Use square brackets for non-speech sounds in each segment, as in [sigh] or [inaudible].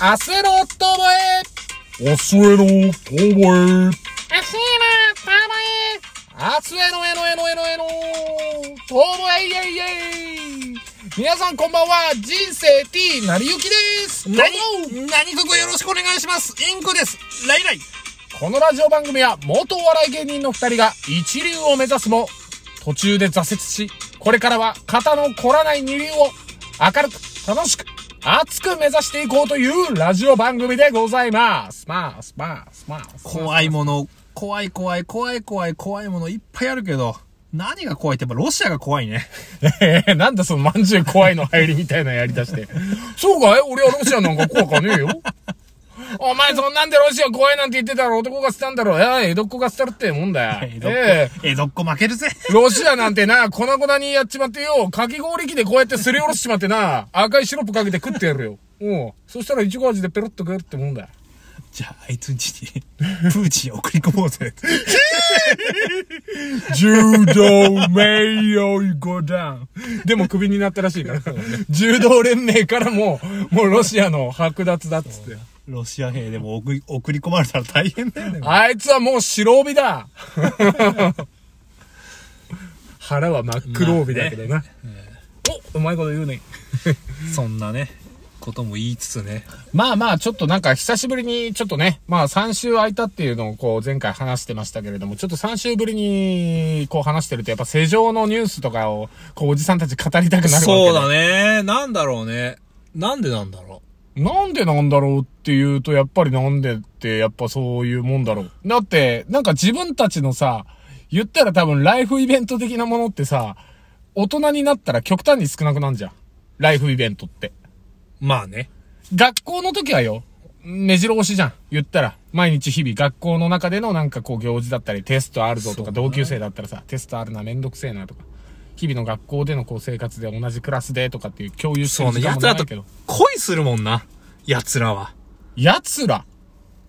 アスロットボエおすえのともえ。アスロットボエアスエノエノエノエノエノトボエイエイエイ皆さんこんばんは、人生 T なりゆきですなにどうも、何卒よろしくお願いします。インクです。ライライ。このラジオ番組は元お笑い芸人の二人が一流を目指すも途中で挫折しこれからは肩の凝らない二流を明るく楽しく熱く目指していこうというラジオ番組でございます。まあ、まあ、まあ。怖いもの、怖い怖い怖い怖い怖いものいっぱいあるけど、何が怖いってやっぱロシアが怖いね。ええなんだそのまんじゅう怖いの入りみたいなのやりだして。そうかい俺はロシアなんか怖かねえよ。お前そんなんでロシア怖いなんて言ってたら男が捨てたんだろ。いや、江戸っ子が捨てるってもんだよ。江戸っええ子、江戸っ子負けるぜ。ロシアなんてな、粉々にやっちまってよ、かき氷機でこうやってすりおろしちまってな、赤いシロップかけて食ってやるよ。うん。そしたらイチゴ味でペロッと食えるってもんだよ。じゃあ、あいつんちに、プーチン送り込もうぜ。柔道名誉五段。でもクビになったらしいから。柔道連盟からも、もうロシアの剥奪だっつって。ロシア兵でも送り送り込まれたら大変だよね。あいつはもう白帯だ腹は真っ黒帯だけどな。おうまいこと言うね。そんなね、ことも言いつつね。まあまあ、ちょっとなんか久しぶりに、ちょっとね、まあ3週空いたっていうのをこう前回話してましたけれども、ちょっと3週ぶりにこう話してるとやっぱ世情のニュースとかを、こうおじさんたち語りたくなるわけでそうだね。なんだろうね。なんでなんだろなんでなんだろうって言うと、やっぱりなんでって、やっぱそういうもんだろう。だって、なんか自分たちのさ、言ったら多分ライフイベント的なものってさ、大人になったら極端に少なくなんじゃん。ライフイベントって。う。まあね。学校の時はよ、目白押しじゃん。言ったら。毎日日々学校の中でのなんかこう行事だったり、テストあるぞとか、同級生だったらさ、テストあるな、めんどくせえなとか。日々の学校でのこう生活で同じクラスでとかっていう共有してそうるね。時間も奴ら長といけど。恋するもんな。奴らは。奴ら。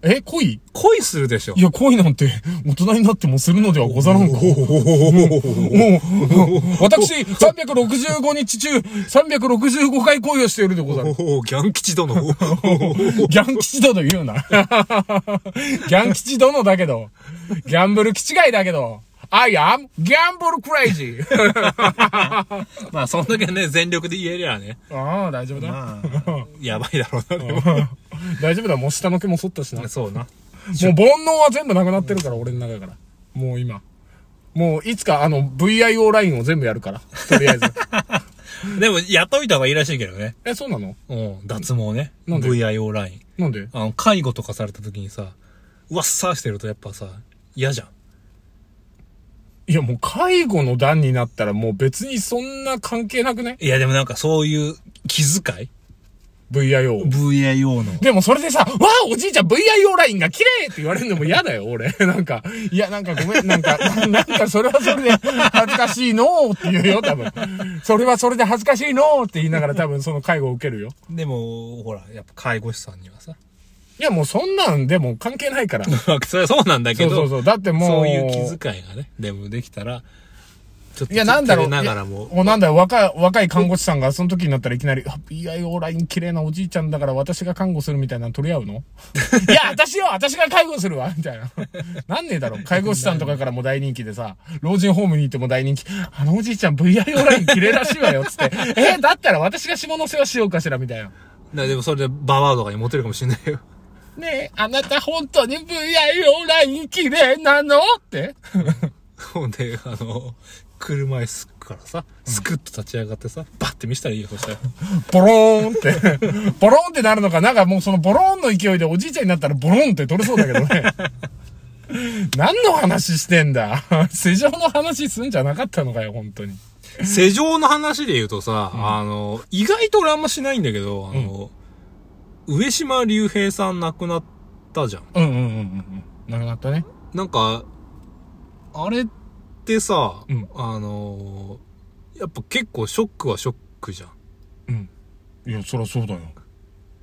え、恋恋するでしょい。や、恋なんて、大人になってもするのではござらんか。もう、私、365日中、365回恋をしているでござる。おお、ギャン吉殿。ギャン吉殿言うな。ギ [laughs] ャン吉殿だけど、ギャンブル気違いだけど、I am ギャンブルクレイジー。まあ、そんだけね、全力で言えりゃね。 [laughs] ああ、大丈夫だ。やばいだろうな、でも。 [laughs] 大丈夫だ。もう下の毛も剃ったしな。もうそうな。煩悩は全部なくなってるから、俺の中から。もう今。もう、いつか、あの、VIO ラインを全部やるから。とりあえず。 [laughs] でも、やっといた方がいいらしいけどね。え、そうなのうん、脱毛ね。なんで VIO ライン。なんであの、介護とかされた時にさ、うわっさーしてるとやっぱさ、嫌じゃん。いやもう介護の段になったらもう別にそんな関係なくねいや、でもなんかそういう気遣い ?VIO。 ?VIO の。でもそれでさ、わあおじいちゃん VIO ラインが綺麗って言われるのも嫌だよ、俺。 [laughs] なんか、いや、なんかごめん、なんか、 [laughs] ななんかそれはそれで恥ずかしいのーって言うよ、多分。それはそれで恥ずかしいのーって言いながら多分その介護を受けるよ。でも、ほら、やっぱ介護士さんにはさ。 [laughs] いやもうそんなんでも関係ないから。 [laughs] そまあそれはそうなんだけうど、そうそう。だってもう。そういう気遣いがね、でもできたら、ちょっと、いや、なんだろう。照れながらもいや、なんだよ、若い、若い看護師さんが、その時になったらいきなり、あ BIO ライン綺麗なおじいちゃんだから私が看護するみたいなの取り合うのい [laughs] や、私よ私が介護するわみたいな。なんねえだろ。介護士さんとかからも大人気でさ、老人ホームに行っても大人気。あのおじいちゃん VIO ライン綺麗らしいわよ、つって。えだったら私が下の世話しようかしら、みたいな。だでもそれでババアとかにモテるかもしれないよ。ねえ、あなた本当に VIO ライン綺麗なのって。ほんで、あの、車椅子からさ、スクッと立ち上がってさ、バッて見せたらいいよ、そしたら。ボローンって、 [laughs] ボローンってなるのか、なんかもうそのボローンの勢いでおじいちゃんになったらボローンって取れそうだけどね。何の話してんだ [laughs] 世情の話すんじゃなかったのかよ、本当に。世情の話で言うとさ、あの、意外と俺あんましないんだけど、あの、上島竜兵さん亡くなったじゃん。うんうんうんうんうん。なくなったね。なんか、あれってさ、うんあの、やっぱ結構ショックはショックじゃうん。いや、そりゃそうだよ。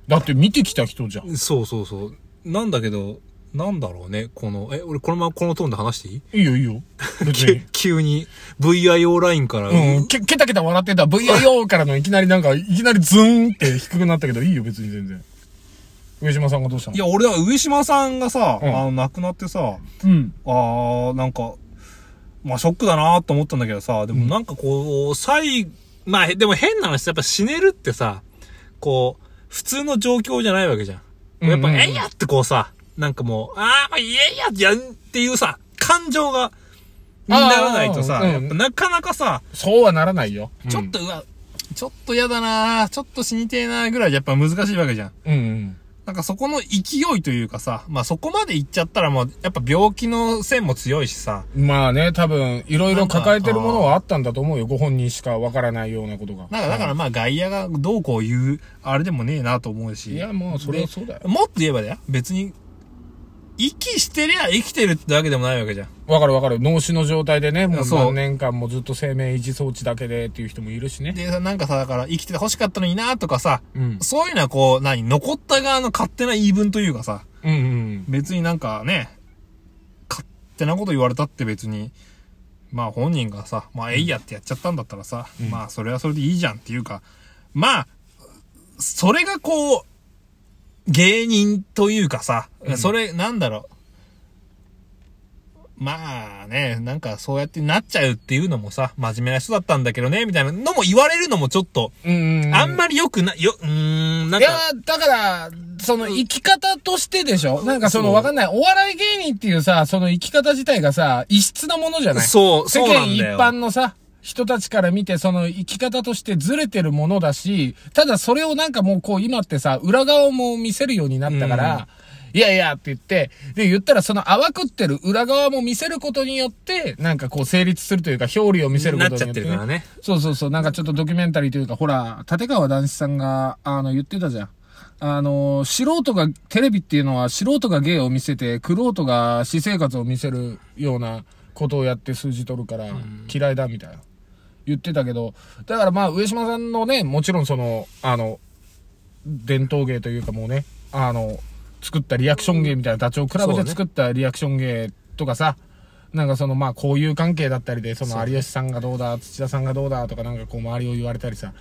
だって見てきた人じゃん。ん。そうそうそう。なんだけど、なんだろうね、この、え、俺このままこのトーンで話していいいいよいいよ。別にけ。急に VIO ラインから、うん、 [laughs] け、けたけた笑ってた VIO からのいきなりなんか、いきなりズーンって低くなったけど、いいよ、別に全然。上島さんがどうしたのいや、俺は上島さんがさ、うんあの、亡くなってさ、うん。あー、なんか、まあ、ショックだなと思ったんだけどさ、でもなんかこう、最、まあ、へでも変な話、やっぱ死ねるってさ、こう、普通の状況じゃないわけじゃん。やっぱ、うんうんうんえいやってこうさ、なんかもう、あー、まあ、いやいや、いやんっていうさ、感情が、にならないとさ、あーやうっんぱなかなかさ、そうはならないよ。ちょっと、うわ、ちょっと嫌だなちょっと死にてえなぐらいじゃやっぱ難しいわけじゃん。うん。うんなんかそこの勢いというかさ、まあそこまで行っちゃったらもう、やっぱ病気の線も強いしさ、うん。まあね、多分、いろいろ抱えてるものはあったんだと思うよ。ご本人しかわからないようなことが。なんかだからまあ外野がどうこう言う、あれでもねえなと思うし。いや、もう、それはそうだよ。もっと言えばだよ。別に、息してりゃ生きてるってわけでもないわけじゃん。わかるわかる。脳死の状態でね、もうそう何年間もずっと生命維持装置だけでっていう人もいるしね。でさ、なんかさ、だから生きてて欲しかったのになとかさ、うん。そういうのはこう、何、残った側の勝手な言い分というかさ、うんうん。別になんかね、勝手なこと言われたって別に、まあ本人がさ、まあえいやってやっちゃったんだったらさ、んまあそれはそれでいいじゃんっていうか、まあ、それがこう、芸人というかさ、それなんだろう。まあね、なんかそうやってなっちゃうっていうのもさ、真面目な人だったんだけどね、みたいなのも言われるのもちょっと、うんうん。あんまり良くない、よ、うーん、なんいやだか、、から、その生き方としてでしょなんかそそうのわかんない。お笑い芸人っていうさ、その生き方自体がさ、異質なものじゃないそう、世そうな間ん一だよ。般のさ、人たちから見て、その生き方としてずれてるものだし、ただそれをなんかもうこう今ってさ、裏側も見せるようになったから、いやいやって言って、で言ったらその淡くってる裏側も見せることによって、なんかこう成立するというか、表裏を見せることによなっっちゃて、ってるからね。そうそうそう、なんかちょっとドキュメンタリーというか、ほら、立川談志さんが、あの、言ってたじゃん。あの、素人が、テレビっていうのは素人が芸を見せて、苦労人が私生活を見せるようなことをやって数字取るから、嫌いだみたいな。言ってたけど、だからまあ、上島さんのね、もちろんその、あの、伝統芸というかもうね、あの、作ったリアクション芸みたいなダチョウクラブそうでね作ったリアクション芸とかさ、なんかそのまあ交友関係だったりで、その有吉さんがどうだ、土田さんがどうだとかなんかこう周りを言われたりさ。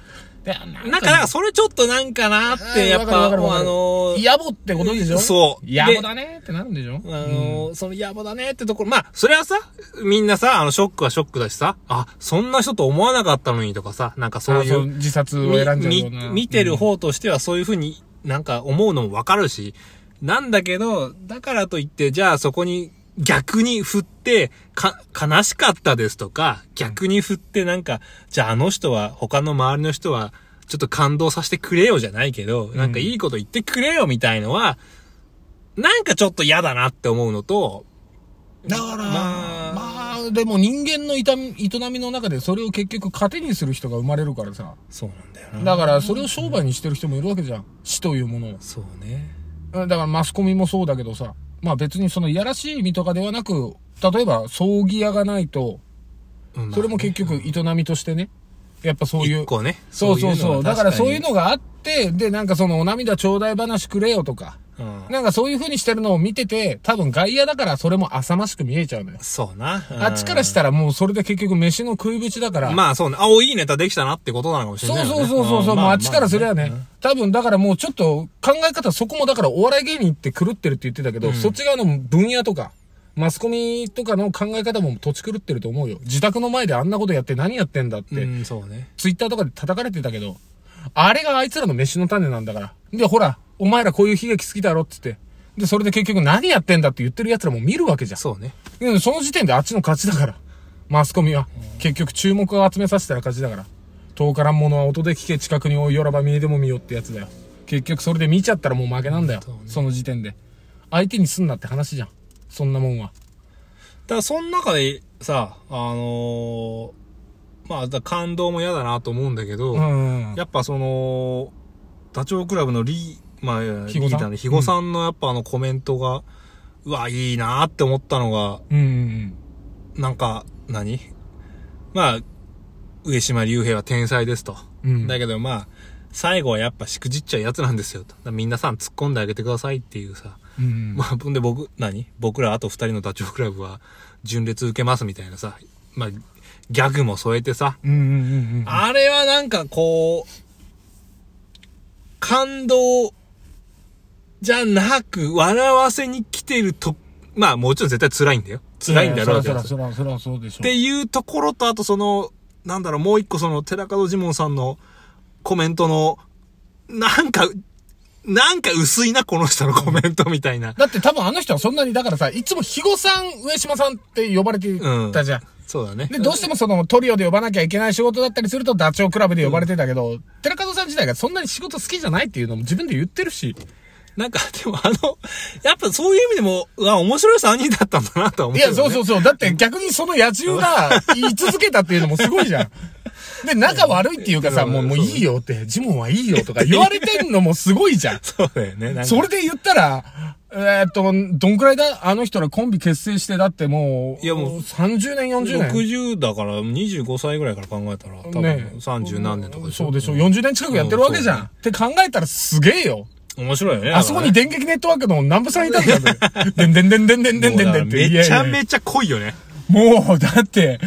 で、ななんか、なんか、それちょっとなんかなって、やっぱ、もうあのー、野暮ってことでしょそう野暮だねってなるんでしょあのー、その、野暮だねってところ、まあ、それはさ、みんなさ、あの、ショックはショックだしさ、あ、そんな人と思わなかったのにとかさ、なんかそうあいそうう、自殺をみ選んじゃうような。み見てる方としてはそういうふうになんか思うのもわかるし、なんだけど、だからといって、じゃあそこに逆に振って、か、悲しかったですとか、逆に振ってなんか、じゃああの人は、他の周りの人は、ちょっと感動させてくれよじゃないけど、なんかいいこと言ってくれよみたいのは、なんかちょっと嫌だなって思うのと、だから、ままああ、でも人間の痛み営みの中でそれを結局糧にする人が生まれるからさ。そうなんだよだな。から、それを商売にしてる人もいるわけじゃん。死というものを。そうね。うんだからマスコミもそうだけどさ、まあ別にそのいやらしい意味とかではなく、例えば葬儀屋がないと、うんそれも結局営みとしてね、やっぱそういう一。個ね。そうそうそう。だからそういうはのがあって、で、なんかそのお涙ちょうだい話くれよとか、確かに、うんなんかそういう風にしてるのを見てて、多分外野だからそれも浅ましく見えちゃうのよ。そうな。うんあっちからしたらもうそれで結局飯の食いぶちだから、まあそうね。あ、お、いいネタできたなってことなのかもしれそなういよね。そうそうそうそう、んもうあっちからすりゃ。まね、多分だからもうちょっと考え方そこもだからお笑い芸人って狂ってるって言ってたけど、そっち側の分野とか、マスコミとかの考え方も土地狂ってると思うよ。自宅の前であんなことやって何やってんだって、あうん、そうね。ツイッターとかで叩かれてたけど、あれがあいつらの飯の種なんだから。で、ほら、お前らこういう悲劇好きだろっつって。で、それで結局何やってんだって言ってる奴らも見るわけじゃん。そうね。うん、その時点であっちの勝ちだから。マスコミは。結局注目を集めさせたら勝ちだから。遠からんものは音で聞け近くに追いよらば見えでも見よってやつだよ。結局それで見ちゃったらもう負けなんだよ。その時点で。相手にすんなって話じゃん。そんなもんは。ただ、その中でさ、あのーまあ、だから感動も嫌だなと思うんだけど、うん。やっぱその、ダチョウ倶楽部のリー、まあ、リ肥後ーさんダーの肥後さんのやっぱあのコメントが、うわ、いいなって思ったのが、うんうんなんか、何まあ、上島竜兵は天才ですと。うん。うん。だけどまあ、最後はやっぱしくじっちゃうやつなんですよと。だから皆さん突っ込んであげてくださいっていうさ。うんうん。まあ、ほんで僕、何僕らあと二人のダチョウクラブは、純烈受けますみたいなさ。まあ、ギャグも添えてさ。うんうんうんうん。あれはなんかこう、感動じゃなく、笑わせに来てると、まあもちろん絶対辛いんだよ。辛いんだろうそけどらさ。そらそらそうでしっょ。ていうところと、あとその、なんだろう、もう一個その、寺門ジモンさんのコメントの、なんか、なんか薄いな、この人の [laughs] コメントみたいな。だって多分あの人はそんなに、だからさ、いつも肥後さん、上島さんって呼ばれてたじゃん。そうだねで、。どうしてもそのトリオで呼ばなきゃいけない仕事だったりするとダチョウ倶楽部で呼ばれてたけど、寺門さん自体がそんなに仕事好きじゃないっていうのも自分で言ってるし、なんか、でもあの、やっぱそういう意味でも、うわ、面白い3人だったんだなとは思いうよや、ね。そうそうそう。だって逆にその野獣が言い続けたっていうのもすごいじゃん。 [laughs] で、仲悪いっていうかさ、うんもう、もういいよって、ジモンはいいよとか言われてんのもすごいじゃん。そうだよね。なんかそれで言ったら、えーっと、どんくらいだあの人らコンビ結成して、だってもう、いやもう30年、40年。 60だから、25歳ぐらいから考えたら、多ね分30何年とかでしょ。そうでしょ。40年近くやってるわけじゃん。うんって考えたらすげえよ。面白いよね。あそこに電撃ネットワークの南部さんいたんだよ。 [laughs] でんでんでんでんでんでんでんでんって。めちゃちゃめちゃ濃いよね。もう、だって、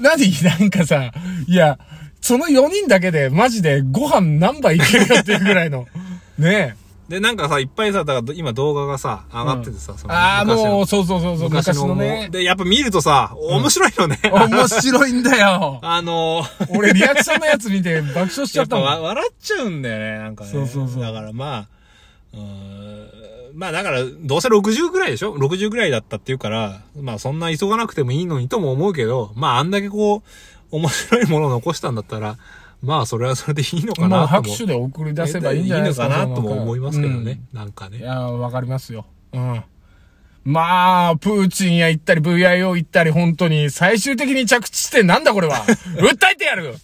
何なんかさ、いや、その4人だけで、マジでご飯何杯いけるよっていうぐらい [laughs] の。ねえ。で、なんかさ、いっぱいさ、だから今動画がさ、上がっててさ、そのああ、昔のもう、そうそうそうそう、昔のもね。で、やっぱ見るとさ、面白いよ [laughs] ね。面白いんだ [laughs] よ。あのー、俺、リアクションのやつ見て爆笑しちやゃっっぱたもわん。笑っちゃうんだよね、なんかね。そうそうそうだからまあ、うーん、まあだから、どうせ60ぐらいでしょ ?60 ぐらいだったっていうから、まあそんな急がなくてもいいのにとも思うけど、まああんだけこう、面白いものを残したんだったら、まあそれはそれでいいのかまなあ、とも。拍手で送り出せばいいんじゃないですか。のかなとも思いますけどね。なんかうん。いね。や、わかりますよ。うん。まあ、プーチンや行ったり、VIO 行ったり、本当に、最終的に着地して、なんだこれは訴えてやる